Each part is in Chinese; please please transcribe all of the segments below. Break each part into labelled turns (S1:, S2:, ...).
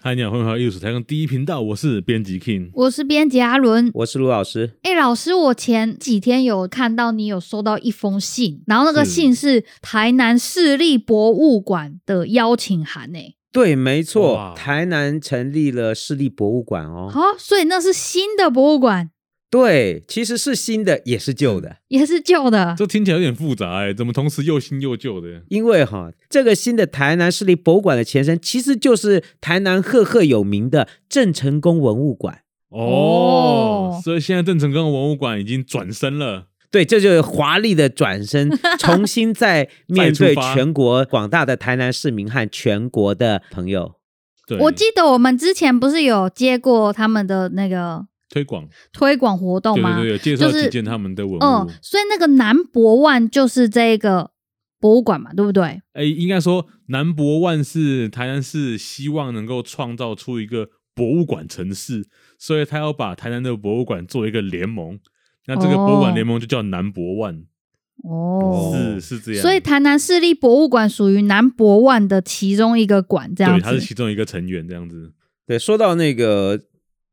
S1: 嗨，你好，欢迎回到艺术台杠第一频道，我是编辑 King。
S2: 我是编辑阿伦。
S3: 我是卢老师。
S2: 哎，老师，我前几天有看到你有收到一封信，然后那个
S1: 是
S2: 信是台南市立博物馆的邀请函诶。
S3: 对，没错
S1: 哇，
S3: 台南成立了市立博物馆哦。
S2: 好、所以那是新的博物馆，
S3: 对，其实是新的，也是旧的。
S2: 也是旧的。
S1: 这听起来有点复杂哎、怎么同时又新又旧的？
S3: 因为哈，这个新的台南市立博物馆的前身，其实就是台南赫赫有名的郑成功文物馆。
S1: 哦
S2: 哦，
S1: 所以现在郑成功文物馆已经转身了。
S3: 对，这就是华丽的转身， 重新再面
S1: 再出
S3: 对
S1: 发
S3: 全国广大的台南市民和全国的朋友。
S1: 对，
S2: 我记得我们之前不是有接过他们的那个
S1: 推广，
S2: 推广活动
S1: 对对
S2: 吗？
S1: 对，有介绍
S2: 就是
S1: 几件他们的文
S2: 嗯
S1: 物。，
S2: 所以那个南博万就是这个博物馆嘛，对不对？
S1: 哎、应该说南博万是台南市希望能够创造出一个博物馆城市，所以他要把台南的博物馆做一个联盟。那这个博物馆
S2: 哦
S1: 联盟就叫南博万，
S2: 哦，
S1: 是是这样。
S2: 所以台南市立博物馆属于南博万的其中一个馆，这样
S1: 对，
S2: 子。
S1: 他是其中一个成员这样子。
S3: 对，说到那个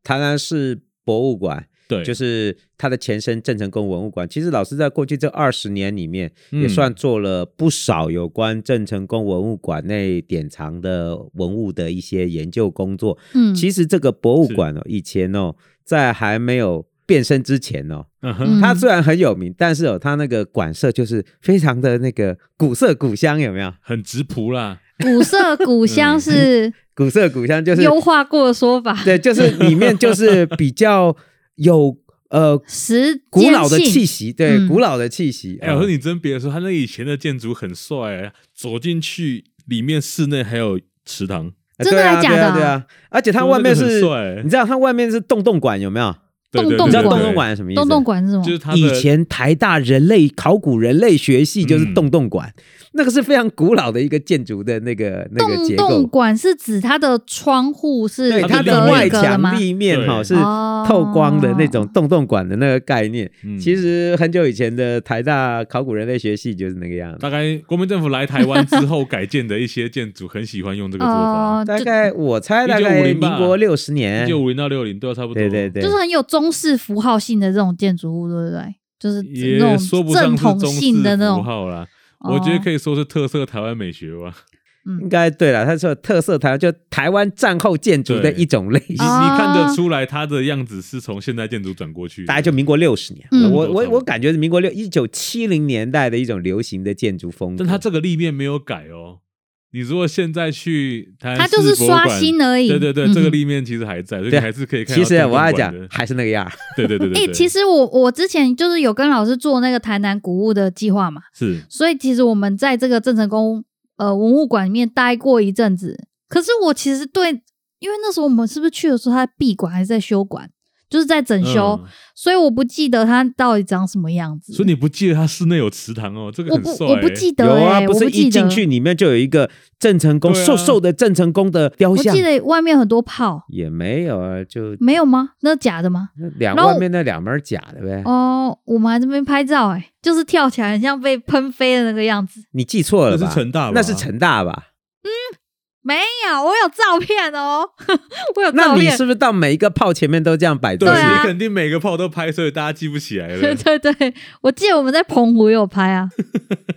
S3: 台南市博物馆，
S1: 对，
S3: 就是它的前身郑成功文物馆。其实老师在过去这二十年里面，也
S1: 嗯
S3: 算做了不少有关郑成功文物馆内典藏的文物的一些研究工作。
S2: 嗯，
S3: 其
S2: 实
S3: 实这个博物馆哦，以前哦，在还没有变身之前哦，
S1: 嗯哼，
S3: 它虽然很有名，但是哦，它那个馆舍就是非常的那个古色古香，有没有？
S1: 很直朴啦。
S2: 古嗯色古香
S1: 嗯
S2: 是
S3: 古色古香就是
S2: 优化过的说法，
S3: 对，就是里面就是比较有呃
S2: 实
S3: 古老的
S2: 践性
S3: 气息，对，
S2: 嗯
S3: 古老的气息。哦
S1: 哎、我说你真别说，他那以前的建筑很帅、欸，走进去里面室内还有池塘，
S3: 呃
S2: 真的
S3: 对啊
S2: 还假
S3: 对啊
S2: 的啊
S3: 对啊，而且它外面
S1: 那个很
S3: 是，
S1: 帅欸
S3: 你知道它外面是洞洞馆有没有？
S1: 对对
S2: 洞
S3: 你
S1: 对
S3: 知道
S1: 对
S3: 洞
S1: 对
S3: 洞馆是什么意思？
S2: 洞洞馆是什么？
S1: 就是他的
S3: 以前台大人类考古人类学系就是
S1: 嗯
S3: 洞洞馆，那个是非常古老的一个建筑的那个那个
S2: 洞
S3: 结
S2: 洞
S3: 构，
S2: 馆是指它的窗户是
S3: 对
S1: 它
S3: 它
S1: 的
S3: 的
S2: 隔
S3: 外
S2: 一格的吗哦
S3: 墙？立面
S1: 对
S3: 哈是透光的那种洞洞馆的那个概念。
S1: 嗯
S3: 其实很久以前的台大考古人类学系就是那个样
S2: 啊
S3: 子。
S1: 大概国民政府来台湾之后改建的一些建筑，很喜欢用这个做法。
S2: 哦，
S3: 大
S2: 就
S3: 概我猜大概
S1: 1950吧
S3: 民国六十年
S1: 一，九五零到六零都要啊差不多，
S3: 对对对，
S2: 就是很有中式符号性的这种建筑物，对不对？就是
S1: 也
S2: 那
S1: 说
S2: 种
S1: 不上
S2: 正
S1: 是中
S2: 统
S1: 式
S2: 性的那
S1: 符
S2: 种，
S1: 号啦。我觉得
S2: 哦
S1: 可以说是特色台湾美学吧。
S3: 应
S2: 嗯，
S3: 该对了。它是有特色台湾，就台湾战后建筑的
S1: 对
S3: 一种类
S1: 你你，
S3: 型
S2: 啊
S1: 看得出来，它的样子是从现代建筑转过去的，
S3: 大概就民国六十年。
S2: 嗯
S3: 我我我感觉是民国六一九七零年代的一种流行的建筑风格。
S1: 但它这个立面没有改哦。你如果现在去台南
S2: 它就
S1: 市
S2: 是
S1: 博物馆
S2: 刷新而已。
S1: 对对对，
S2: 嗯啊
S1: 这个。立面其实还在，所以你
S3: 对
S1: 还是可以看到
S3: 其
S1: 洞
S3: 实
S1: 洞
S3: 我
S1: 馆
S3: 要
S1: 的。
S3: 讲还是那个样儿，
S1: 对 对对对
S2: 哎、
S1: 对，
S2: 其实我我之前就是有跟老师做那个台南古物的计划嘛，
S1: 是
S2: 所以其实我们在这个郑成功呃文物馆里面待过一阵子。可是我其实对，因为那时候我们是不是去的时候，他在闭馆还是在修馆，就是在整修，
S1: 嗯
S2: 所以我不记得它到底长什么样子。
S1: 所以你不记得它室内有池塘哦，这个
S2: 我
S1: 很
S2: 不
S1: 帅、欸。
S2: 我不记得、
S3: 有
S2: 欸，
S3: 啊，
S2: 我
S3: 不是一
S2: 记得
S3: 进去里面就有一个郑成功
S1: 对啊
S3: 瘦瘦的郑成功的雕
S2: 我
S3: 像
S2: 记，得外面很多炮，
S3: 也没有啊，就
S2: 没有吗？那假的 吗？
S3: 那两
S2: 然后
S3: 外面那两门假的呗。
S2: 哦，我们还在那边拍照、欸，哎，就是跳起来很像被喷飞的那个样子。
S3: 你记错了吧？
S1: 那是成大吧
S3: 那是成大吧？
S2: 没有，我有照片哦， 我有
S3: 那
S2: 照
S3: 你
S2: 片。
S3: 是不是到每一个炮前面都这样摆
S1: 对
S3: 东西？
S2: 啊
S1: 你肯定每个炮都拍，所以大家记不起来
S2: 对
S1: 了。
S2: 对对，我记得我们在澎湖有拍 啊，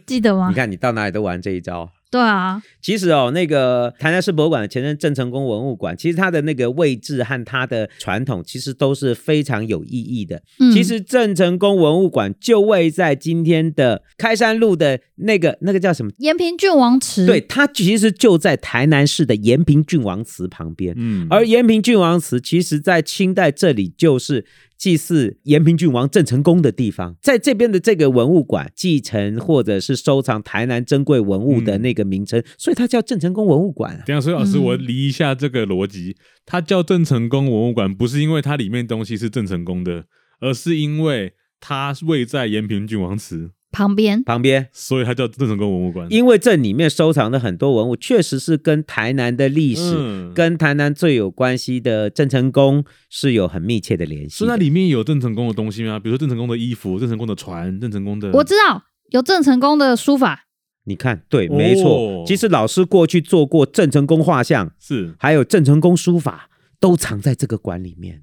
S2: 记得吗
S3: 你？看你到哪里都玩这一招。
S2: 对啊，
S3: 其实哦，那个台南市博物馆的前身郑成功文物馆，其实它的那个位置和它的传统，其实都是非常有意义的。
S2: 嗯，
S3: 其实郑成功文物馆就位在今天的开山路的那个那个叫什么？
S2: 延平郡王池，
S3: 对，，它其实就在台南市的延平郡王祠旁边。
S1: 嗯，
S3: 而延平郡王祠，其实在清代这里就是祭祀延平郡王郑成功的地方，在这边的这个文物馆继承或者是收藏台南珍贵文物
S1: 嗯
S3: 的那个名称，所以它叫郑成功文物馆、啊。
S1: 等一下，所以老师，
S2: 嗯
S1: 我理一下这个逻辑，它叫郑成功文物馆，不是因为它里面东西是郑成功的，而是因为它位在延平郡王祠，
S2: 旁边，
S3: 旁边，
S1: 所以它叫郑成功文物馆。
S3: 因为这里面收藏的很多文物，确实是跟台南的历史、
S1: 嗯
S3: 跟台南最有关系的郑成功是有很密切的联系
S1: 是
S3: 的。
S1: 那里面有郑成功的东
S3: 嗯
S1: 西吗？比如说郑成功的衣服、郑成功的船、郑成功的……
S2: 我知道有郑成功的书法，
S3: 你看，对，没错
S1: 哦。
S3: 其实老师过去做过郑成功画像，
S1: 是
S3: 还有郑成功书法，都藏在这个馆里面。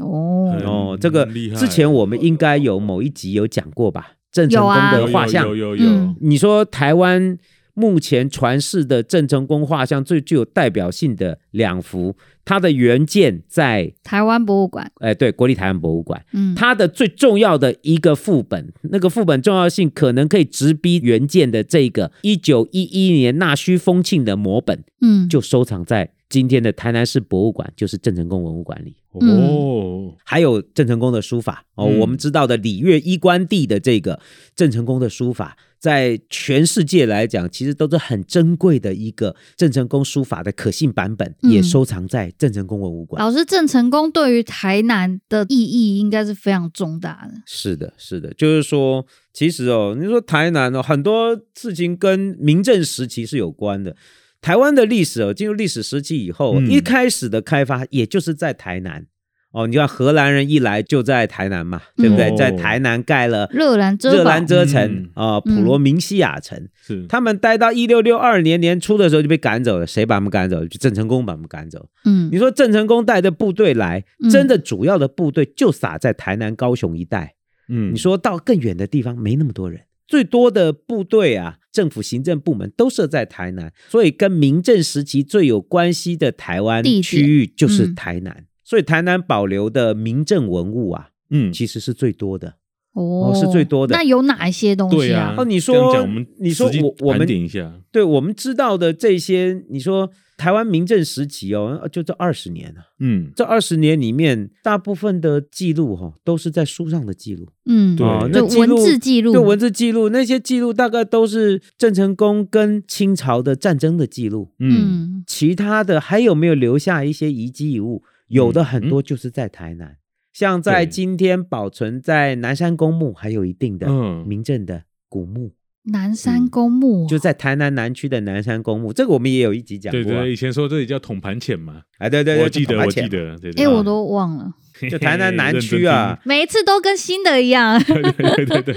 S2: 哦
S1: 嗯
S3: 哦，这个
S1: 厉害
S3: 之前我们应该有某一集有讲过吧？郑成
S2: 有
S3: 功
S2: 啊
S1: 有
S3: 的
S1: 有
S3: 画像，
S1: 有有有
S2: 嗯
S3: 你说台湾目前传世的郑成功画像最具有代表性的两幅，它的原件在
S2: 台湾博物馆，
S3: 哎对国立台湾博物馆，
S2: 嗯，
S3: 它的最重要的一个副本，那个副本重要性可能可以直逼原件的这个一九一一年纳须风庆的摹本，
S2: 嗯
S3: 就收藏在今天的台南市博物馆，就是郑成功文物馆里。
S1: 哦，
S3: 还有郑成功的书法哦，
S1: 嗯
S3: 我们知道的礼乐衣冠地的这个郑成功的书法，在全世界来讲，其实都是很珍贵的一个郑成功书法的可信版本，
S2: 嗯
S3: 也收藏在郑成功文物
S1: 哦
S3: 馆。
S2: 老师郑成功对于台南的意义应该是非常重大的，
S3: 是的，是的，就是说，其实哦，你说台南哦，很多事情跟明郑时期是有关的。台湾的历史哦，进入历史时期以后，
S1: 嗯
S3: 一开始的开发也就是在台南哦。你看荷兰人一来就在台南嘛，对不对？
S1: 嗯
S3: 在台南盖了
S2: 热兰遮
S3: 热
S2: 堡，
S3: 兰遮城
S1: 嗯
S3: 啊、普罗明西亚城，
S1: 是
S3: 他们待到一六六二年年初的时候就被赶走了。谁把他们赶走？就郑成功把他们赶走。
S2: 嗯
S3: 你说郑成功带的部队来
S2: 嗯，
S3: 真的主要的部队就撒在台南、高雄一带。
S1: 嗯
S3: 你说到更远的地方没那么多人，最多的部队啊，政府行政部门都设在台南，所以跟明郑时期最有关系的台湾
S2: 地点
S3: 区域就是
S2: 嗯
S3: 台南。所以台南保留的明郑文物啊，
S1: 嗯
S3: 其实是最多的。
S2: 哦
S3: 哦是最多的
S2: 那有哪一些东
S1: 对
S2: 西
S1: 呀
S2: 啊？
S3: 哦你
S1: 这样
S3: 说
S1: 讲我们
S3: 你说
S1: 实际
S3: 我我们
S1: 盘点一下
S3: 对我们知道的这些，你说台湾民政时期哦，呃就这二十年啊，
S1: 嗯
S3: 这二十年里面，大部分的记录哈、哦、都是在书上的记录，
S2: 嗯，
S1: 对
S3: 哦，那
S2: 就
S3: 记
S2: 文
S3: 录
S2: 字记录，
S3: 对文字记录，那些记录大概都是郑成功跟清朝的战争的记录，
S1: 嗯
S2: 嗯
S3: 其他的还有没有留下一些遗迹遗物？有的很多就是在台南，像在
S1: 嗯对
S3: 今天保存在南山公墓，还有一定的
S1: 嗯
S3: 民政的古墓。
S2: 南山公墓啊
S3: 嗯就在台南南区的南山公墓，这个我们也有一集讲过、
S1: 对
S3: 啊。
S1: 对，以前说这里叫统盘浅嘛，
S3: 哎，对对对，
S1: 我记
S3: 就
S1: 得
S3: 跑
S1: 我
S3: 前
S1: 记得，对对
S2: 哎，我
S1: 对
S2: 都忘了，
S1: 嘿
S3: 就
S1: 嘿
S3: 台 南南
S1: 认真
S3: 区啊
S1: 听。
S2: 每一次都跟新的一 样。
S1: 对对对对，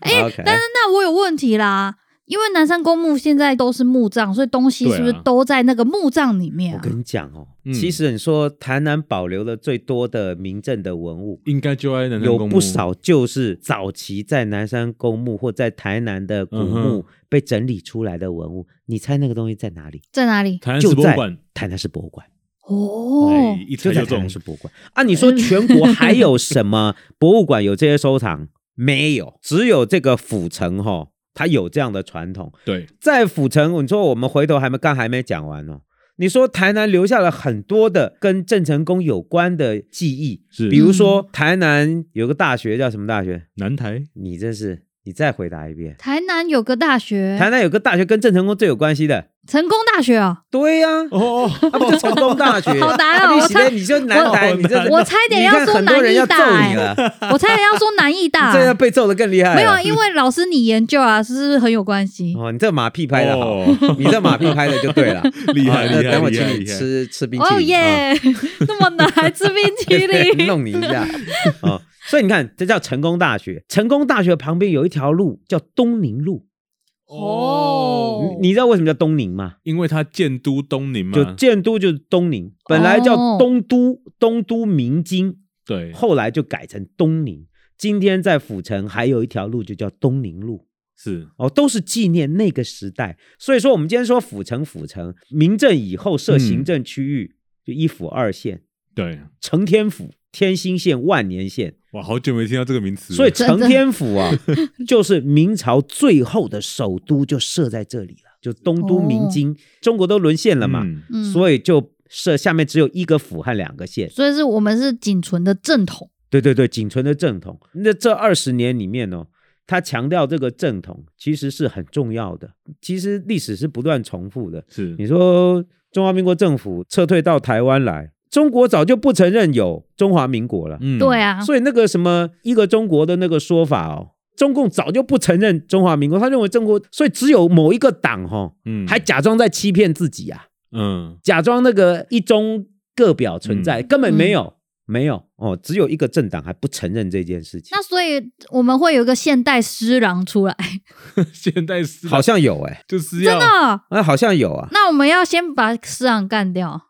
S3: 哎，但是
S2: 那我有问题啦，因为南山公墓现在都是墓葬，所以东西
S1: 对啊
S2: 是不是都在那个墓葬里面
S3: 我
S2: 啊？
S3: 跟你讲哦，
S1: 嗯
S3: 其实你说台南保留了最多的民政的文物，
S1: 应该就在南山
S3: 有
S1: 公
S3: 不
S1: 墓
S3: 少就是早期在南山公墓或在台南的古
S1: 嗯
S3: 墓被整理出来的文物。你猜那个东西在哪里？
S2: 在哪里？
S1: 台南
S3: 就
S1: 市博
S3: 在
S1: 物馆，
S3: 台南市博物馆，
S2: 哦
S1: 哎，一
S3: 就
S1: 猜
S3: 在
S1: 就
S3: 台
S1: 中
S3: 南市，博物馆啊！你说全国还有什 么博物馆有这些收藏？没有，只有这个府城哈、哦，它有这样的传统。
S1: 对，
S3: 在府城，你说我们回头还没刚还没讲完哦。你说台南留下了很多的跟郑成功有关的记忆，
S1: 是
S3: 比如
S2: 嗯
S3: 说台南有个大学叫什么大学？
S1: 南台
S3: 你真是，你再回答一遍。
S2: 台南有个大学
S3: 台，南有个大学跟郑成功最有关系的，
S2: 成功大学啊，
S3: 对呀、啊，
S1: 哦，
S3: 那不就成功大学？
S2: 好难哦
S3: 你
S2: 我
S3: 写的
S2: 猜
S3: 你就南台，
S1: 我
S3: 你这
S2: 我差点要
S3: 啊你看
S2: 说
S3: 很多人要揍
S2: 南
S3: 你
S2: 艺欸
S3: 了，
S2: 我差点要说南艺大欸
S3: 你，这要被揍的更厉害了。
S2: 哎没有，啊因为老师你研究啊，是不是很有关系？
S3: 哦，你这马屁拍的好，
S1: 哦
S3: 你这马屁拍的就对了，
S1: 厉害
S3: 啊
S1: 厉 害
S3: 那等我
S1: 厉
S3: 请
S1: 害
S3: 你
S1: 厉害
S3: 吃吃冰淇淋。
S2: 哦
S3: 啊
S2: 耶，那么难还吃冰 淇淋，
S3: 弄你一下 哦。所以你看，这叫成功大学。成功大学旁边有一条路叫东宁路，
S2: 哦
S3: 你知道为什么叫东宁吗？
S1: 因为它建都东宁嘛，
S3: 就建都就是东宁，本来叫东都，东都明经，
S1: 对，
S3: 后来就改成东宁。今天在府城还有一条路就叫东宁路。
S1: 是
S3: 哦，都是纪念那个时代。所以说，我们今天说府城，府城民政以后设行政区域，就一府二县，
S1: 对，
S3: 承天府、天兴县、万年县。
S1: 哇，好久没听到这个名词了，
S3: 所以
S2: 真
S3: 承
S2: 的
S3: 天府啊，就是明朝最后的首都，就设在这里了，就东都明京。中国都沦陷了嘛，
S1: 嗯
S2: 嗯，
S3: 所以就设下面只有一个府和两个县。
S2: 所以是我们是仅存的正统，
S3: 对对对，仅存的正统。那这二十年里面哦，他强调这个正统其实是很重要的。其实历史是不断重复的。
S1: 是
S3: 你说中华民国政府撤退到台湾来，中国早就不承认有中华民国了。
S1: 嗯
S2: 对，啊，
S3: 所以那个什么一个中国的那个说法哦，中共早就不承认中华民国，他认为中国，所以只有某一个党哈、哦，
S1: 嗯，
S3: 还假装在欺骗自己啊，
S1: 嗯
S3: 假装那个一中各表存在，根本没有。没有哦，只有一个政党还不承认这件事情
S2: 那，所以我们会有一个现代诗郎出 来，
S1: 现代是啊
S3: 好像有哎、
S1: 就是
S2: 真
S1: 要
S2: 的哦。
S3: 啊，好像有啊，
S2: 那我们要先把诗郎干掉，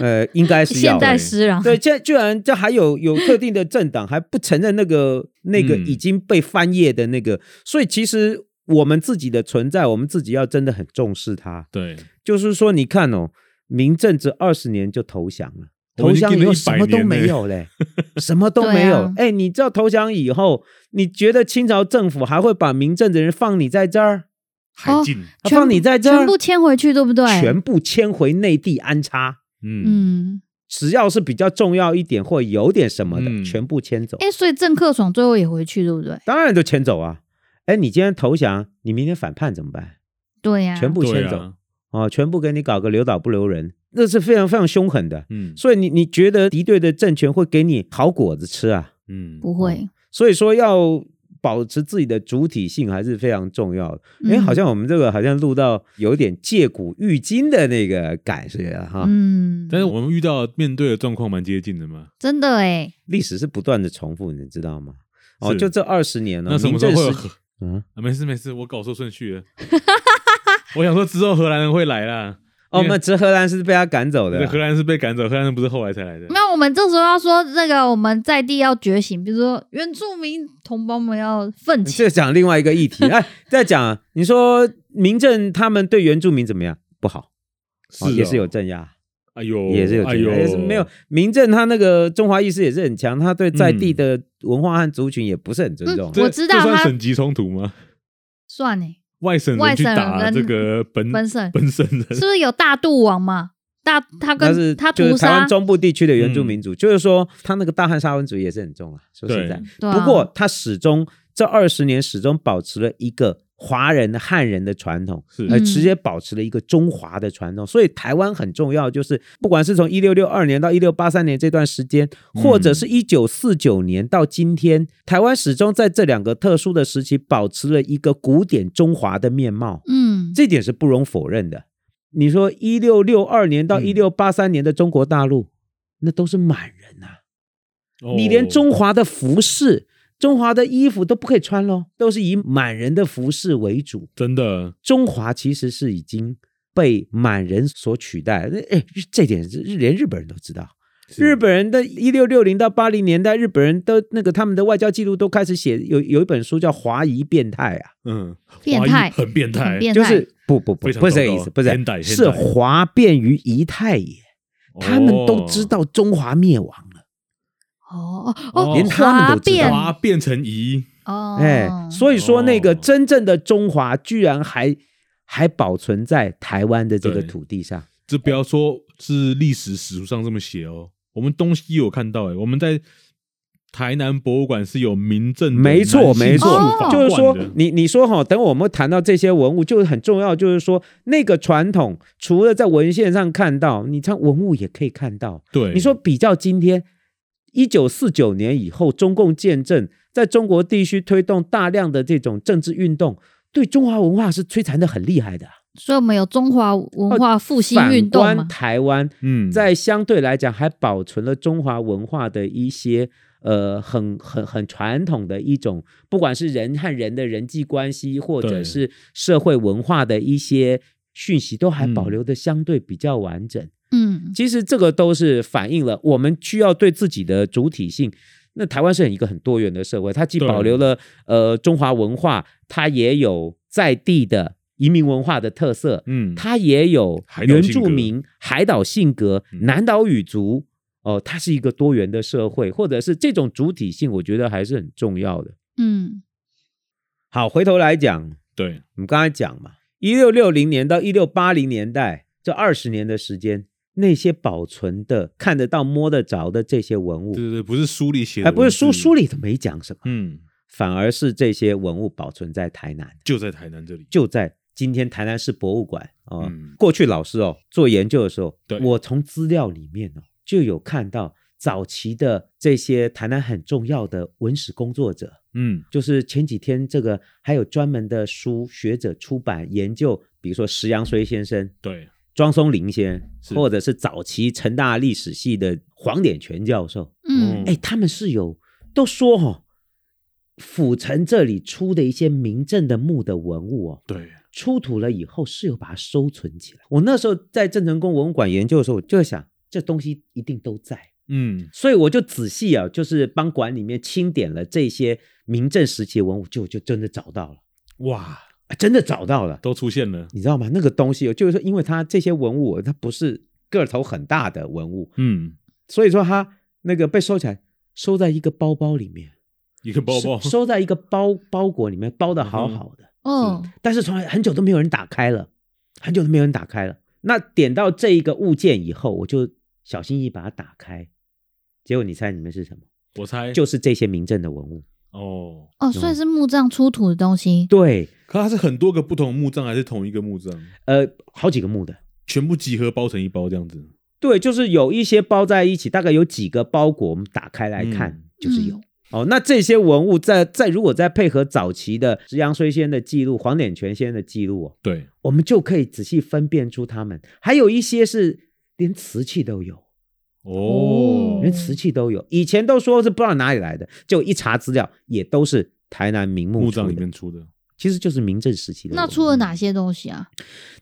S3: 呃，应该是
S2: 现
S3: 要欸、
S2: 代诗郎。
S3: 对，这居然这还有有特定的政党还不承认那个那个
S1: 嗯
S3: 已经被翻页的那个，所以其实我们自己的存在，我们自己要真的很重视它。
S1: 对，
S3: 就是说，你看哦，明政这二十年就投降了，
S1: 我
S3: 投
S1: 已经
S3: 降
S1: 盯了
S3: 以
S1: 100
S3: 后什么都
S1: 年
S3: 没
S1: 了
S3: 有嘞，什么都
S2: 对
S3: 没有
S2: 啊。
S3: 哎、你知道投降以后，你觉得清朝政府还会把明政的人放你在这儿，
S1: 海禁，
S3: 还
S2: 哦全
S3: 放你在这儿，
S2: 全部迁回去，对不对？
S3: 全部迁回内地安插。
S1: 嗯，
S2: 嗯，
S3: 只要是比较重要一点或有点什么的，
S1: 嗯
S3: 全部迁走。
S2: 哎、所以郑克爽最后也回去，对不对？
S3: 当然就迁走啊！哎，你今天投降，你明天反叛怎么办？
S2: 对呀、
S3: 全部
S1: 对
S3: 迁
S1: 啊
S3: 走、哦，全部给你搞个留岛不留人，那是非常非常凶狠的。
S1: 嗯
S3: 所以你你觉得敌对的政权会给你好果子吃啊？
S1: 嗯，
S2: 不会。
S3: 所以说要保持自己的主体性还是非常重要的。哎、
S2: 嗯
S3: 好像我们这个好像录到有点借古喻今的那个感觉啊哈。
S2: 嗯，
S1: 但是我们遇到面对的状况蛮接近的嘛，
S2: 真的哎，
S3: 历史是不断的重复，你知道吗？哦，
S1: 是
S3: 就这二十年了、
S1: 那什么
S3: 明
S1: 时候
S3: 政
S1: 会有
S3: 时
S1: 荷？
S3: 嗯。
S1: 啊没事没事，我搞错顺 序了。我想说之后荷兰人会来啦，
S3: 哦，
S1: 因为
S3: 那这荷兰是被他赶走的啊、
S1: 荷兰是被赶走，荷兰人不是后来才来的。
S2: 那我们这时候要说那个我们在地要觉醒，比如说原住民同胞们要奋
S3: 你
S2: 起。
S3: 这讲另外一个议题， 哎，再讲，你说民政他们对原住民怎么样？不好，哦也是有镇压，
S1: 哎呦，
S3: 也是有
S1: 哎
S3: 镇压，
S1: 呦，
S3: 也是没有民政他那个中华意识也是很强，他对在地
S1: 嗯
S3: 的文化和族群也不是很尊
S2: 嗯
S3: 重。
S1: 这
S2: 我知道
S1: 这算
S2: 他
S1: 省级冲突吗？
S2: 算哎，
S1: 外省
S2: 外
S1: 人去
S2: 省
S1: 打
S2: 人
S1: 这个
S3: 嗯
S1: 本
S2: 本省
S1: 本省人，
S2: 是不是有大肚王嘛？大他
S3: 但
S2: 跟
S3: 是
S2: 他
S3: 就是
S2: 屠
S3: 台
S2: 杀
S3: 湾，中部地区的原住民族，
S1: 嗯
S3: 就是说他那个大汉沙文族也是很重啊，说实在，
S2: 对啊
S3: 不过他始终这二十年始终保持了一个华人的汉人的传统，
S1: 是
S3: 呃，
S2: 嗯
S3: 直接保持了一个中华的传统。所以台湾很重要，就是不管是从一六六二年到一六八三年这段时间，
S1: 嗯
S3: 或者是一九四九年到今天，台湾始终在这两个特殊的时期保持了一个古典中华的面貌，
S2: 嗯，
S3: 这点是不容否认的。你说一六六二年到
S1: 嗯
S3: 一六八三年的中国大陆，那都是满人呐、
S1: 哦
S3: 你连中华的服饰、中华的衣服都不可以穿喽，都是以满人的服饰为主。
S1: 真的
S3: 中华其实是已经被满人所取代，那哎，日这点是连日本人都知道。
S1: 是
S3: 日本人的一六六零到八零年代，日本人都那个他们的外交记录都开始写，有有一本书叫《华夷变态》啊，
S1: 嗯，
S2: 变
S1: 华裔
S2: 态
S1: 很变态，
S2: 很变态
S3: 就是不不不
S1: 非常
S3: 不是这个
S1: 糟
S3: 意
S1: 糕
S3: 思，不是
S1: 偏袒偏袒
S3: 是华变于夷太也，
S1: 哦
S3: 他们都知道中华灭亡了。
S2: 哦哦，
S1: 连
S3: 他们都
S2: 哗
S3: 知道
S2: 变
S1: 华变成夷，
S2: 哦，
S3: 哎，所以说那个
S1: 哦
S3: 真正的中华居然还还保存在台湾的这个
S1: 对
S3: 土地上，
S1: 这不要说是历史史书上这么写哦，我们东西有看到哎，我们在台南博物馆是有民政的
S3: 没错
S1: 男性
S3: 没
S1: 书
S3: 错
S1: 法，
S2: 哦
S3: 就是
S1: 冠
S3: 说
S1: 的
S3: 你你说哈，等我们谈到这些文物，就是很重要，就是说那个传统除了在文献上看到，你看文物也可以看到。
S1: 对，
S3: 你说比较今天一九四九年以后，中共建政在中国地区推动大量的这种政治运动，对中华文化是摧残的很厉害的啊。
S2: 所以我们有中华文
S3: 呃
S2: 化复兴
S3: 反
S2: 运动嘛
S3: 观？台湾，
S1: 嗯，
S3: 在相对来讲还保存了中华文化的一些呃很很很传统的一种，不管是人和人的人际关系，或者
S1: 对
S3: 是社会文化的一些讯息，都还保
S1: 嗯
S3: 留的相对比较完整。
S2: 嗯，
S3: 其实这个都是反映了我们需要对自己的主体性。那台湾是很一个很多元的社会，它既
S1: 对
S3: 保留了呃中华文化，它也有在地的移民文化的特色，
S1: 嗯，
S3: 它也有
S1: 海岛
S3: 原
S1: 性
S3: 住
S1: 格
S3: 民、海岛性格、
S1: 嗯
S3: 南岛语族，哦、它是一个多元的社会，或者是这种主体性，我觉得还是很重要的。
S2: 嗯，
S3: 好，回头来讲，
S1: 对，
S3: 我们刚才讲嘛，一六六零年到一六八零年代这二十年的时间，那些保存的、看得到、摸得着的这些文物
S1: 对，对对，不是书里写的
S3: 哎，
S1: 文字，
S3: 不是书书里头没讲什么，
S1: 嗯，
S3: 反而是这些文物保存在台南。
S1: 就在台南这里，
S3: 就在今天台南市博物馆啊、哦
S1: 嗯
S3: 过去老师哦做研究的时候
S1: 对，
S3: 我从资料里面哦就有看到早期的这些台南很重要的文史工作者，
S1: 嗯，
S3: 就是前几天这个还有专门的书学者出版研究，比如说石阳绥先生、
S1: 对，
S3: 庄松林先生，
S1: 是
S3: 或者是早期成大历史系的黄典全教授，
S2: 嗯
S1: 嗯
S2: 嗯
S3: 哎，他们是有都说哦，府城这里出的一些明正的墓的文物哦，
S1: 对，
S3: 出土了以后是有把它收存起来。我那时候在郑成功文物馆研究的时候，我就在想这东西一定都在，
S1: 嗯
S3: 所以我就仔细啊，就是帮馆里面清点了这些明正时期的文物，就就真的找到了，
S1: 哇，
S3: 啊真的找到了。
S1: 都出现了，
S3: 你知道吗？那个东西哦，就是说，因为它这些文物，它不是个头很大的文物，
S1: 嗯，
S3: 所以说它那个被收起来，收在一个包包里面，
S1: 一个包嗯包
S3: 收收在一个包包裹里面，包的好好的。
S2: 哦，
S3: 但是从来很久都没有人打开了，很久都没有人打开了。那点到这一个物件以后，我就小心翼翼把它打开，结果你猜里面是什么？
S1: 我猜
S3: 就是这些明证的文物。
S1: 哦，
S2: 哦，所以是墓葬出土的东西，
S3: 对，
S1: 可它是很多个不同墓葬还是同一个墓葬，
S3: 呃，好几个墓的。
S1: 全部集合包成一包这样子，
S3: 对，就是有一些包在一起，大概有几个包裹，我们打开来看，
S1: 嗯
S3: 就是有。
S2: 嗯
S3: 哦，那这些文物在在如果再配合早期的石阳虽先的记录、黄脸全先的记录哦，
S1: 对，
S3: 我们就可以仔细分辨出它们。还有一些是连瓷器都有，
S1: 哦
S2: 哦，
S3: 连瓷器都有。以前都说是不知道哪里来的，就一查资料，也都是台南明
S1: 墓
S3: 墓出
S1: 葬
S3: 的
S1: 里面出的，
S3: 其实就是明正时期的文物。
S2: 那出了哪些东西啊？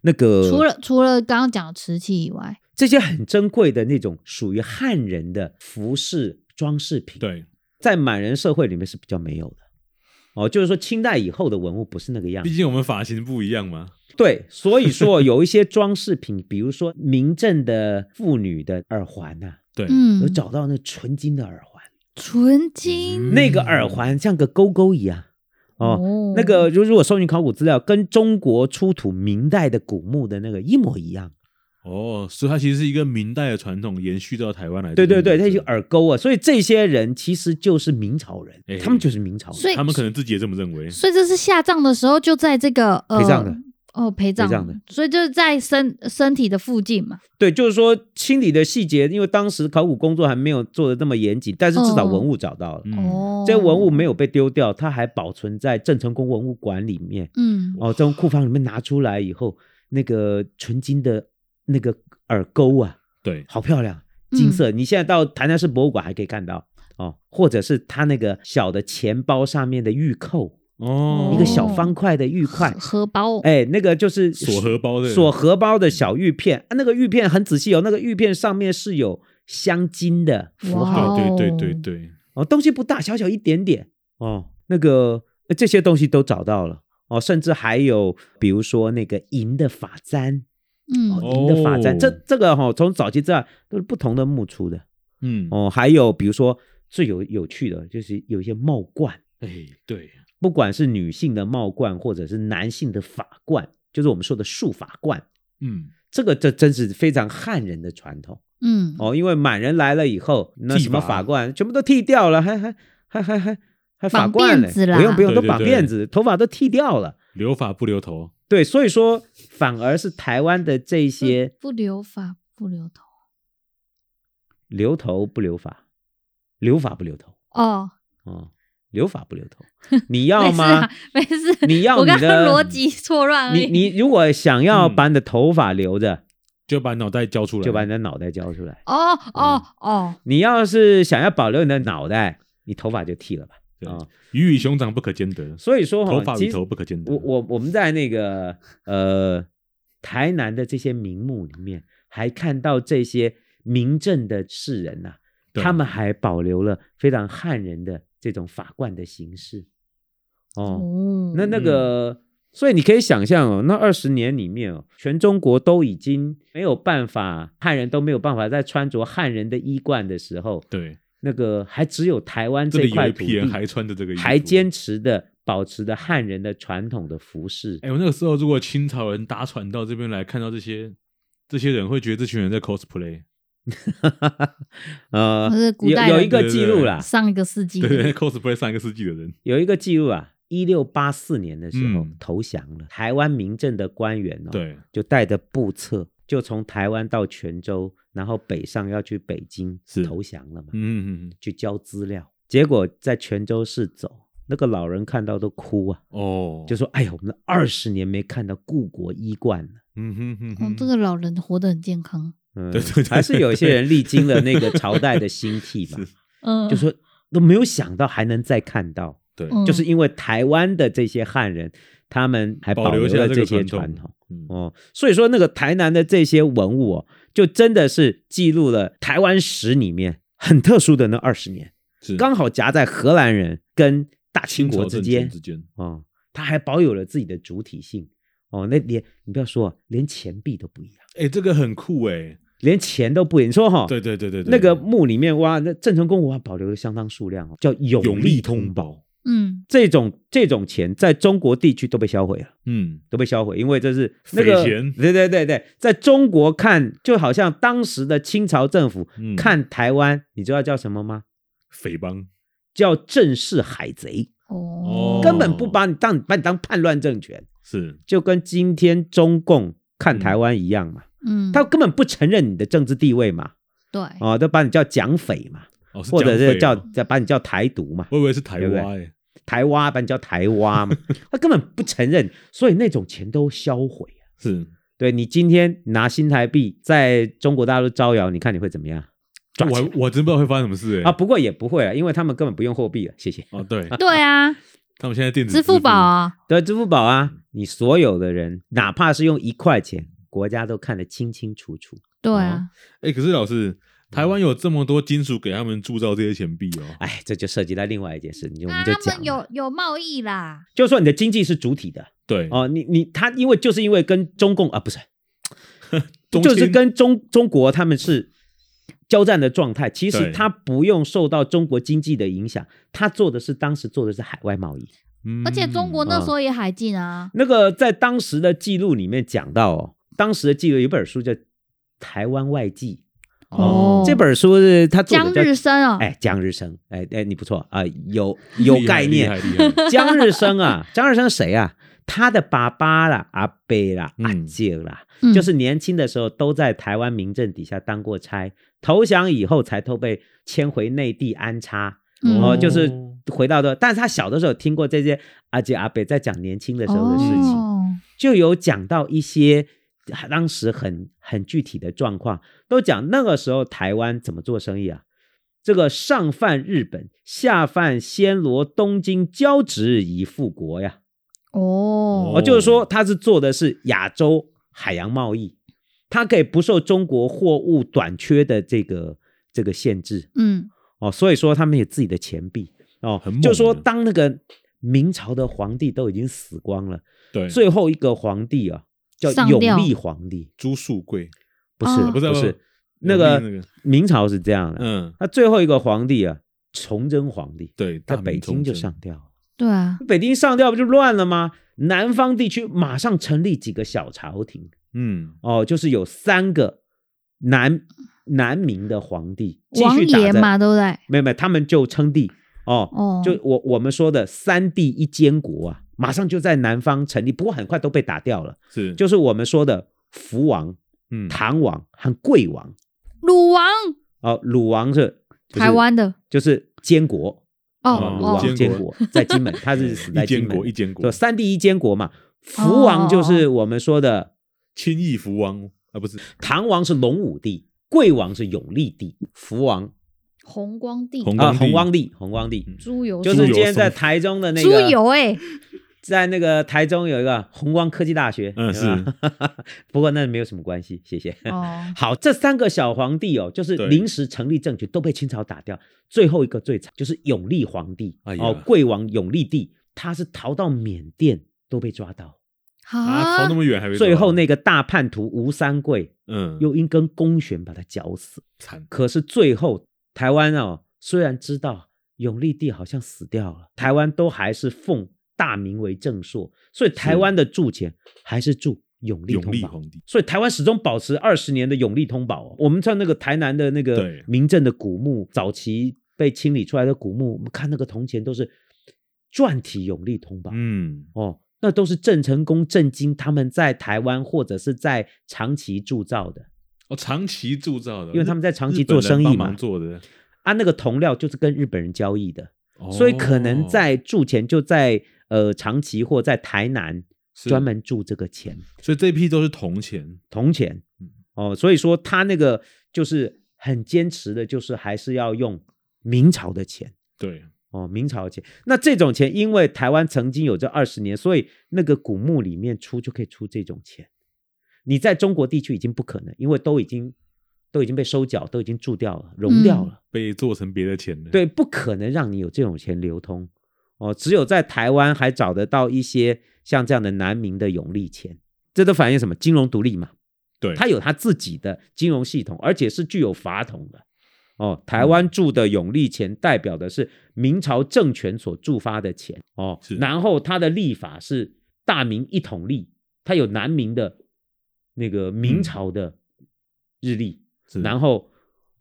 S3: 那个
S2: 除了除了刚刚讲的瓷器以外，
S3: 这些很珍贵的那种属于汉人的服饰装饰品，
S1: 对，
S3: 在满人社会里面是比较没有的。哦，就是说清代以后的文物不是那个样
S1: 毕
S3: 子，
S1: 竟我们发型不一样嘛，
S3: 对，所以说有一些装饰品，比如说明正的妇女的耳环呐、
S1: 对，
S2: 嗯
S3: 有，找到那纯金的耳环，
S2: 纯金
S1: 嗯
S3: 那个耳环像个勾勾一样，哦，
S2: 嗯
S3: 那个如如果搜集考古资料，跟中国出土明代的古墓的那个一模一样，
S1: 哦，所以它其实是一个明代的传统延续到台湾来的，
S3: 对对对，那些，耳钩啊，所以这些人其实就是明朝人
S1: 哎，
S3: 他们就是明朝人，
S2: 所以
S1: 他们可能自己也这么认为，
S2: 所以这是下葬的时候就在这个呃
S3: 陪葬的
S2: 哦陪葬
S3: 陪葬的，
S2: 所以就是在身身体的附近嘛。
S3: 对，就是说清理的细节，因为当时考古工作还没有做的那么严谨，但是至少
S2: 嗯
S3: 文物找到了，
S1: 嗯，
S2: 哦，
S3: 这文物没有被丢掉，它还保存在郑成功文物馆里面。
S2: 嗯
S3: 哦，从库房里面拿出来以后，那个纯金的那个耳钩啊，
S1: 对，
S3: 好漂亮，
S2: 嗯
S3: 金色。你现在到台南市博物馆还可以看到哦，或者是它那个小的钱包上面的玉扣，
S1: 哦，
S3: 一个小方块的玉块
S2: 荷，荷包
S3: 哎，那个就是
S1: 锁荷包的
S3: 锁荷包的小玉片，啊、那个玉片很仔细哦，那个玉片上面是有镶金的符
S2: 哇
S3: 号
S1: 对对
S2: 哦
S1: 对对对，
S3: 哦，东西不大，小小一点点哦，那个呃这些东西都找到了。哦，甚至还有，比如说那个银的发簪，
S2: 嗯
S3: 哦，银的发簪，
S1: 哦
S3: 这这个哈、哦，从早期这样都是不同的墓出的
S1: 嗯，
S3: 哦。还有比如说最有有趣的，就是有一些帽冠，
S1: 哎，对，
S3: 不管是女性的帽冠，或者是男性的法冠，就是我们说的束法冠，
S1: 嗯，
S3: 这个这真是非常汉人的传统
S2: 嗯
S3: 哦，因为满人来了以后，那
S1: 剃
S3: 什么
S1: 发
S3: 法冠全部都剃掉了，还还还还还还法
S2: 绑
S3: 冠
S2: 辫
S3: 嘞，
S2: 子啦
S3: 不用不用，
S1: 对
S3: 都
S1: 对
S3: 绑
S1: 对
S3: 辫子，头发都剃掉了。
S1: 留发不留头，
S3: 对，所以说反而是台湾的
S1: 嗯
S3: 这些
S2: 不留发不留头
S3: 留头不留发，留发不留头
S2: 哦，
S3: 哦，留发不留 头，你要
S2: 没事
S3: 吗
S2: 啊？没事，
S3: 你要
S2: 我
S3: 你
S2: 刚刚
S3: 的
S2: 逻辑错乱而
S3: 你
S2: 已。
S3: 你如果想要
S1: 嗯
S3: 把你的头发留着，
S1: 就把脑袋交出来，
S3: 就把你的脑袋交出来。
S2: 哦哦哦，
S3: 你要是想要保留你的脑袋，你头发就剃了吧。
S1: 对
S3: 啊，
S1: 鱼与熊掌不可兼得，
S3: 所以说哈
S1: 头发
S3: 其
S1: 与
S3: 实
S1: 头不可兼得，
S3: 我我我们在那个呃台南的这些名墓里面，还看到这些名正的士人呐、
S1: 对
S3: 他们还保留了非常汉人的这种法冠的形式。哦，
S2: 哦
S3: 那
S1: 嗯
S3: 那个，所以你可以想象哦，那二十年里面哦，全中国都已经没有办法，汉人都没有办法在穿着汉人的衣冠的时候，
S1: 对，
S3: 那个还只有台湾
S1: 这
S3: 这
S1: 里有
S3: 块
S1: 一
S3: 土
S1: 批
S3: 地
S1: 人还穿着这个衣服，
S3: 还坚持的保持的汉人的传统的服饰。
S1: 哎、我那个时候如果清朝人搭船到这边来，看到这些这些人，会觉得这群人在 cosplay，
S2: 嗯
S3: 呃
S2: 这是，古
S3: 有
S2: 代
S3: 有
S2: 人
S3: 一个记录啦，
S2: 哦上一个世纪哦
S1: 对对，cosplay 上一个世纪的人，
S3: 有一个记录啊，一六八四年的时候、
S1: 嗯
S3: 投降了，台湾民政的官员哦，，
S1: 对，
S3: 就带着布册，就从台湾到泉州，然后北上要去北京
S1: 是
S3: 投降了嘛，
S1: 嗯，嗯嗯
S3: 去交资料，结果在泉州市走，那个老人看到都哭啊，
S1: 哦，，
S3: 就是说：“哎呀，我们二十年没看到故国衣冠了。”
S1: 嗯哼哼
S2: 哦
S1: 哼，，
S2: 这个老人活得很健康。
S3: 嗯，
S1: 对对对
S3: 还是有一些
S1: 对
S3: 人历经了那个朝代的兴替嘛
S1: 是，
S2: 嗯，
S3: 就说都没有想到还能再看到，
S1: 对，
S2: 嗯
S3: 就是因为台湾的这些汉人，他们还
S1: 保
S3: 保留
S1: 留下
S3: 了
S1: 这
S3: 这
S1: 个
S3: 些
S1: 传
S3: 传
S1: 统
S3: 统
S1: 嗯
S3: 哦，所以说那个台南的这些文物哦，就真的是记录了台湾史里面很特殊的那二十年，
S1: 是
S3: 刚好夹在荷兰人跟大清
S1: 清
S3: 国
S1: 朝
S3: 之
S1: 政
S3: 间
S1: 权之间，
S3: 哦，他还保有了自己的主体性哦，那连你不要说，哦连钱币都不一样，
S1: 哎，这个很酷哎，
S3: 连钱都不一样，你说哈、
S1: 对对对对对，
S3: 啊那个墓里面哇，那郑成功文化保留了相当数量哦，叫永
S1: 永
S3: 利
S1: 利
S3: 通
S1: 通
S3: 宝。
S1: 宝，
S2: 嗯
S3: 这种这种钱在中国地区都被销毁了，
S1: 嗯，
S3: 都被销毁，因为这是那 个
S1: 匪钱
S3: 对对对对，在中国看就好像当时的清朝政府、
S1: 嗯
S3: 看台湾，你知道叫什么吗？
S1: 匪帮，
S3: 叫正式海贼，
S2: 哦，
S3: 根本不把你当把你当叛乱政权，
S1: 是
S3: 就跟今天中共看台湾一样嘛，
S2: 嗯，
S3: 他根本不承认你的政治地位嘛，
S2: 对
S3: 啊、都把你叫蒋匪嘛，
S1: 哦，是
S3: 或者
S1: 蒋匪
S3: 是
S1: 哦
S3: 叫把你叫台独嘛，
S1: 我以为是台
S3: 对不对
S1: 湾哎，
S3: 台湾把你叫台湾 嘛，他根本不承认，所以那种钱都销毁。
S1: 是
S3: 对你今天拿新台币在中国大陆招摇，你看你会怎么样？抓
S1: 我
S3: 起
S1: 还我真不知道会发生什么事哎
S3: 啊，，不过也不会了，因为他们根本不用货币了。谢谢。
S1: 哦 对，
S2: 对
S3: 嗯
S2: 啊，
S1: 他们现在电子
S2: 支付宝啊，
S3: 对，支付宝
S1: 嗯
S3: 啊，你所有的人，哪怕是用一块钱，国家都看得清清楚楚。
S2: 对
S3: 哦
S2: 啊，
S1: 哎、可是老
S3: 嗯
S1: 师，台湾有这么多金属给他们铸造这些钱币哦。
S3: 哎，这就涉及到另外一件事，你就我
S2: 啊
S3: 们就
S2: 他
S3: 讲
S2: 们
S3: 了，
S2: 有有贸易啦，
S3: 就说你的经济是主体的
S1: 对，
S3: 哦，你你他因为就是因为跟中共 啊不是，
S1: 中
S3: 就是
S1: 青
S3: 跟中中国他们是交战的状态，其实
S1: 对
S3: 他不用受到中国经济的影响，他做的是当时做的是海外贸易。
S1: 嗯
S2: 而且中国那
S3: 嗯
S2: 时候也海禁啊，
S3: 那个在当时的记录里面讲到哦，当时的记录有一本书叫《台湾外记》，
S2: 哦
S3: 这本书是他作
S2: 江
S3: 者
S2: 日
S3: 叫
S2: 升啊，
S3: 哎江日升，哎哎你不错啊、 有有概念。
S1: 厉 害厉害厉害
S3: 江日升啊，江日升谁啊？他的爸爸啦、阿伯啦、
S1: 嗯
S3: 阿姐啦，
S2: 嗯
S3: 就是年轻的时候都在台湾民政底下当过差，投降以后才都被迁回内地安插。
S2: 嗯
S3: 哦，就是回到的，但是他小的时候有听过这些阿姐阿伯在讲年轻的时候的事情，
S2: 哦
S3: 就有讲到一些当时很很具体的状况，都讲那个时候台湾怎么做生意啊？这个上犯日本，下犯暹罗、东京，交趾以复国呀。
S2: 哦
S3: 哦，就是说他是做的是亚洲海洋贸易，它可以不受中国货物短缺的这个这个限制
S2: 嗯
S3: 哦，所以说他们有自己的钱币哦
S1: 很，猛
S3: 就说
S1: 的
S3: 当那个明朝的皇帝都已经死光了。
S1: 对
S3: 最后一个皇帝啊，叫
S2: 上
S3: 永
S2: 吊
S3: 历皇帝，
S1: 朱树贵，
S3: 不是、
S2: 哦
S1: 不是
S3: 啊不
S1: 不
S3: 是
S1: 是
S3: 那
S1: 永历
S3: 个
S1: 那个
S3: 明朝是这样的，
S1: 嗯，
S3: 他最后一个皇帝啊，崇祯皇帝，
S1: 对，
S3: 在
S1: 大
S3: 北
S1: 明
S3: 京就
S1: 崇祯
S3: 上吊了，
S2: 对啊，
S3: 北京上吊不就乱了吗？南方地区马上成立几个小朝廷
S1: 嗯，
S3: 哦，就是有三个南南明的皇帝继
S2: 王
S3: 续打
S2: 爷
S3: 着
S2: 嘛，对不对？
S3: 没有没有，他们就称帝哦，
S2: 哦
S3: 就我我们说的三帝一监国啊，马上就在南方成立，不过很快都被打掉了。
S1: 是
S3: 就是我们说的福王、
S1: 嗯，
S3: 唐王和桂王。
S2: 鲁王，
S3: 哦，鲁王是不是
S2: 台湾的
S3: 就是监国
S1: 哦
S3: 鲁
S2: 哦
S3: 王
S2: 哦，
S3: 监
S1: 监
S3: 国
S1: 国
S3: 在金门，他是死在
S1: 一
S3: 金
S1: 监
S3: 门
S1: 国，一监国
S3: 对，，三帝一监国嘛。福
S2: 哦
S3: 王就是我们说的
S1: 轻易福王啊，不是
S3: 唐王是隆武帝，桂王是永历帝，福王
S2: 红光帝，
S1: 红
S3: 啊
S1: 光
S3: 洪
S1: 帝
S3: 光帝，洪光帝
S1: 嗯
S2: 猪油
S3: 就是今天在台中的那
S2: 猪
S3: 个，
S2: 油 哎，
S3: 在那个台中有一个红光科技大学，
S1: 嗯
S3: 有没有， 不过那没有什么关系，谢谢。
S2: 哦，
S3: 好，这三个小皇帝哦，就是
S1: 对
S3: 临时成立政权，都被清朝打掉。最后一个最惨，就是永历皇帝、
S1: 哎呀
S3: 哦，桂王永历帝，他是逃到缅甸都被抓到，
S1: 啊，逃那
S2: 啊，
S1: 么远还没
S3: 最
S1: 到
S3: 后那个大叛徒吴三桂
S1: 嗯
S3: 又因跟公选把他绞死。
S1: 惨
S3: 可是最后台湾哦，虽然知道永历帝好像死掉了，台湾都还是奉大明为正朔，所以台湾的铸钱还是铸永历
S1: 永
S3: 通
S1: 历
S3: 宝。
S1: 皇帝，
S3: 所以台湾始终保持二十年的永利通宝、哦。我们在那个台南的那个
S1: 对
S3: 民政的古墓，早期被清理出来的古墓，我们看那个铜钱都是篆体永利通宝、
S1: 嗯，
S3: 哦，那都是郑成功、郑经他们在台湾或者是在长崎铸造的
S1: 哦，长期铸造的，
S3: 因为他们在长期
S1: 日本
S3: 做生意
S1: 人帮
S3: 嘛
S1: 忙做的，
S3: 啊，那个铜料就是跟日本人交易的，所以可能
S1: 哦
S3: 在铸钱就在呃长崎或在台南
S1: 是
S3: 专门铸这个钱。
S1: 所以这批都是铜钱，
S3: 铜钱
S1: 嗯，
S3: 哦，所以说他那个就是很坚持的，就是还是要用明朝的钱。
S1: 对，
S3: 哦，明朝的钱，那这种钱，因为台湾曾经有这二十年，所以那个古墓里面出就可以出这种钱。你在中国地区已经不可能，因为都已经都已经被收缴，都已经注掉了，融掉了，
S1: 被做成别的钱了。，
S3: 对，不可能让你有这种钱流通。哦，只有在台湾还找得到一些像这样的南明的永利钱，这都反映什么？金融独立嘛，
S1: 对，
S3: 它有它自己的金融系统，而且是具有法统的。哦，台
S1: 嗯
S3: 湾铸的永历钱代表的是明朝政权所铸发的钱哦
S1: 是，
S3: 然后它的历法是大明一统历，它有南明的那个明朝的日历，
S1: 嗯是
S3: 然后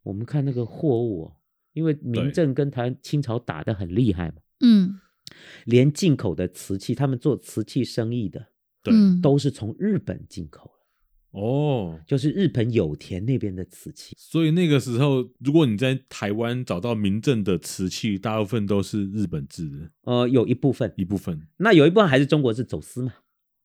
S3: 我们看那个货物、哦，因为
S1: 对
S3: 明政跟台湾清朝打得很厉害嘛，
S2: 嗯
S3: 连进口的瓷器，他们做瓷器生意的
S1: 对
S2: 嗯，
S3: 都是从日本进口的，
S1: 哦，
S3: 就是日本有田那边的瓷器。
S1: 所以那个时候，如果你在台湾找到民政的瓷器，大部分都是日本制的
S3: 呃，有一部分，
S1: 一部分。哦
S3: 那有一部分还是中国是走私嘛，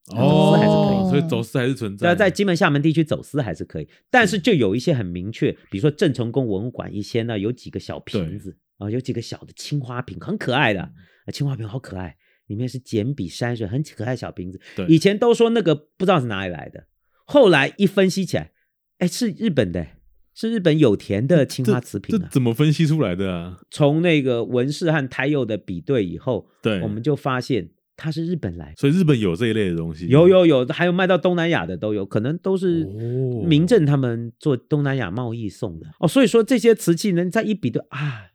S2: 走私还是可以
S1: 所以走私还是存在
S3: 在
S1: 的。
S3: 在金门、厦门地区走私还是可以，但是就有一些很明确，比如说郑成功文物馆一些呢，有几个小瓶子啊、有几个小的青花瓶，很可爱的，
S1: 嗯
S3: 啊青花瓶好可爱，里面是简笔山水，很可爱小瓶子。
S1: 对
S3: 以前都说那个不知道是哪里来的，后来一分析起来，哎，是日本的，是日本有田的青花瓷
S1: 这
S3: 瓶啊。
S1: 怎么分析出来的啊？
S3: 从那个文氏和台釉的比对以后，
S1: 对，
S3: 我们就发现它是日本来的。
S1: 所以日本有这一类的东西，
S3: 有有有，还有卖到东南亚的都有，可能都是
S1: 哦
S3: 民政他们做东南亚贸易送的哦。所以说这些瓷器呢，在一比对啊，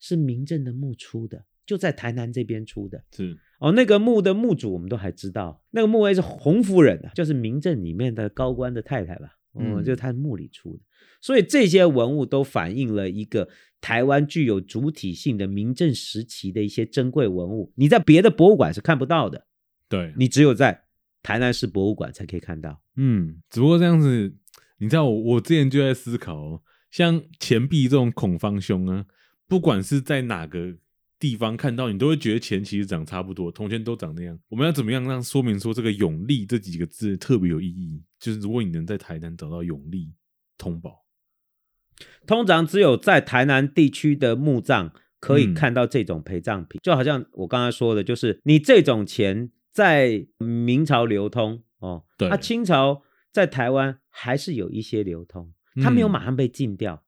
S3: 是民政的墓出的，就在台南这边出的
S1: 是
S3: 哦。那个墓的墓主我们都还知道，那个墓位是洪夫人啊，就是民政里面的高官的太太吧，嗯，
S1: 嗯
S3: 就是她墓里出的。所以这些文物都反映了一个台湾具有主体性的民政时期的一些珍贵文物，你在别的博物馆是看不到的。
S1: 对，
S3: 你只有在台南市博物馆才可以看到。
S1: 嗯，只不过这样子，你知道我我之前就在思考、哦，像钱币这种孔方胸啊，不管是在哪个地方看到，你都会觉得钱其实长差不多，铜钱都长那样。我们要怎么样让说明说这个“永利”这几个字特别有意义？就是如果你能在台南找到永利通宝，
S3: 通常只有在台南地区的墓葬可以
S1: 嗯
S3: 看到这种陪葬品，就好像我刚才说的，就是你这种钱在明朝流通哦，
S1: 对
S3: 啊，清朝在台湾还是有一些流通，它没有
S1: 嗯
S3: 马上被禁掉，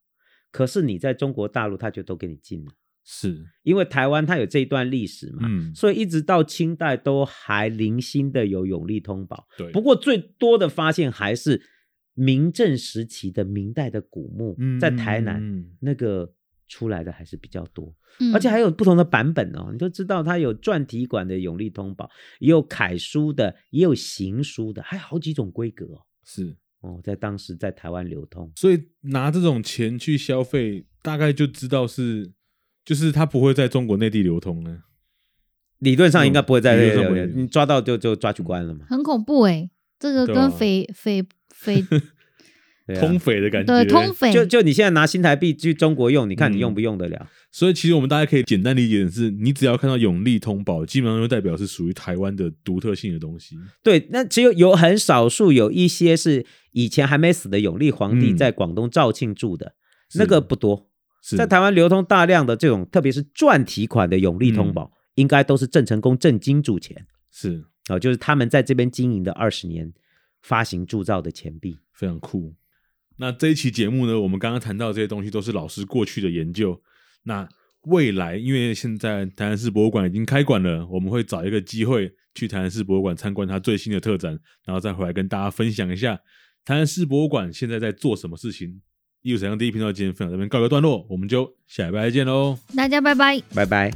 S3: 可是你在中国大陆它就都给你禁了。
S1: 是，
S3: 因为台湾它有这一段历史嘛，
S1: 嗯，
S3: 所以一直到清代都还零星的有永利通宝，
S1: 对，
S3: 不过最多的发现还是明正时期的明代的古墓，
S1: 嗯
S3: 在台南
S1: 嗯
S3: 那个出来的还是比较多，
S2: 嗯
S3: 而且还有不同的版本哦。你就知道它有篆体馆的永历通宝，也有楷书的，也有行书的，还有好几种规格哦。
S1: 是，
S3: 哦，在当时在台湾流通，
S1: 所以拿这种钱去消费，大概就知道是，就是它不会在中国内地流通呢。
S3: 理论上应该不会再
S1: 理论上不会
S3: 流你抓到就就抓去关了嘛。
S2: 很恐怖哎、这个
S1: 对
S3: 啊
S2: 跟
S1: 吧
S2: 匪匪 匪
S3: 对啊
S1: 通匪的感觉，
S2: 对通匪
S3: 就就你现在拿新台币去中国用，你看你
S1: 嗯
S3: 用不用得了？
S1: 所以其实我们大家可以简单理解的是，你只要看到永利通宝，基本上就代表是属于台湾的独特性的东西。
S3: 对，那只有有很少数有一些是以前还没死的永历皇帝
S1: 嗯
S3: 在广东肇庆住的，那
S1: 是
S3: 个不多，
S1: 是
S3: 在台湾流通大量的这种，特别是篆体款的永历
S1: 嗯
S3: 通宝，应该都是郑成功郑经铸钱
S1: 是
S3: 哦，就是他们在这边经营的二十年发行铸造的钱币。
S1: 非常酷。那这一期节目呢，我们刚刚谈到这些东西都是老师过去的研究。那未来，因为现在台南市博物馆已经开馆了，我们会找一个机会去台南市博物馆参观它最新的特展，然后再回来跟大家分享一下台南市博物馆现在在做什么事情。艺术想象第一频道今天分享到这边告一个段落，我们就下礼拜再见喽。
S2: 大家拜拜。
S3: 拜拜。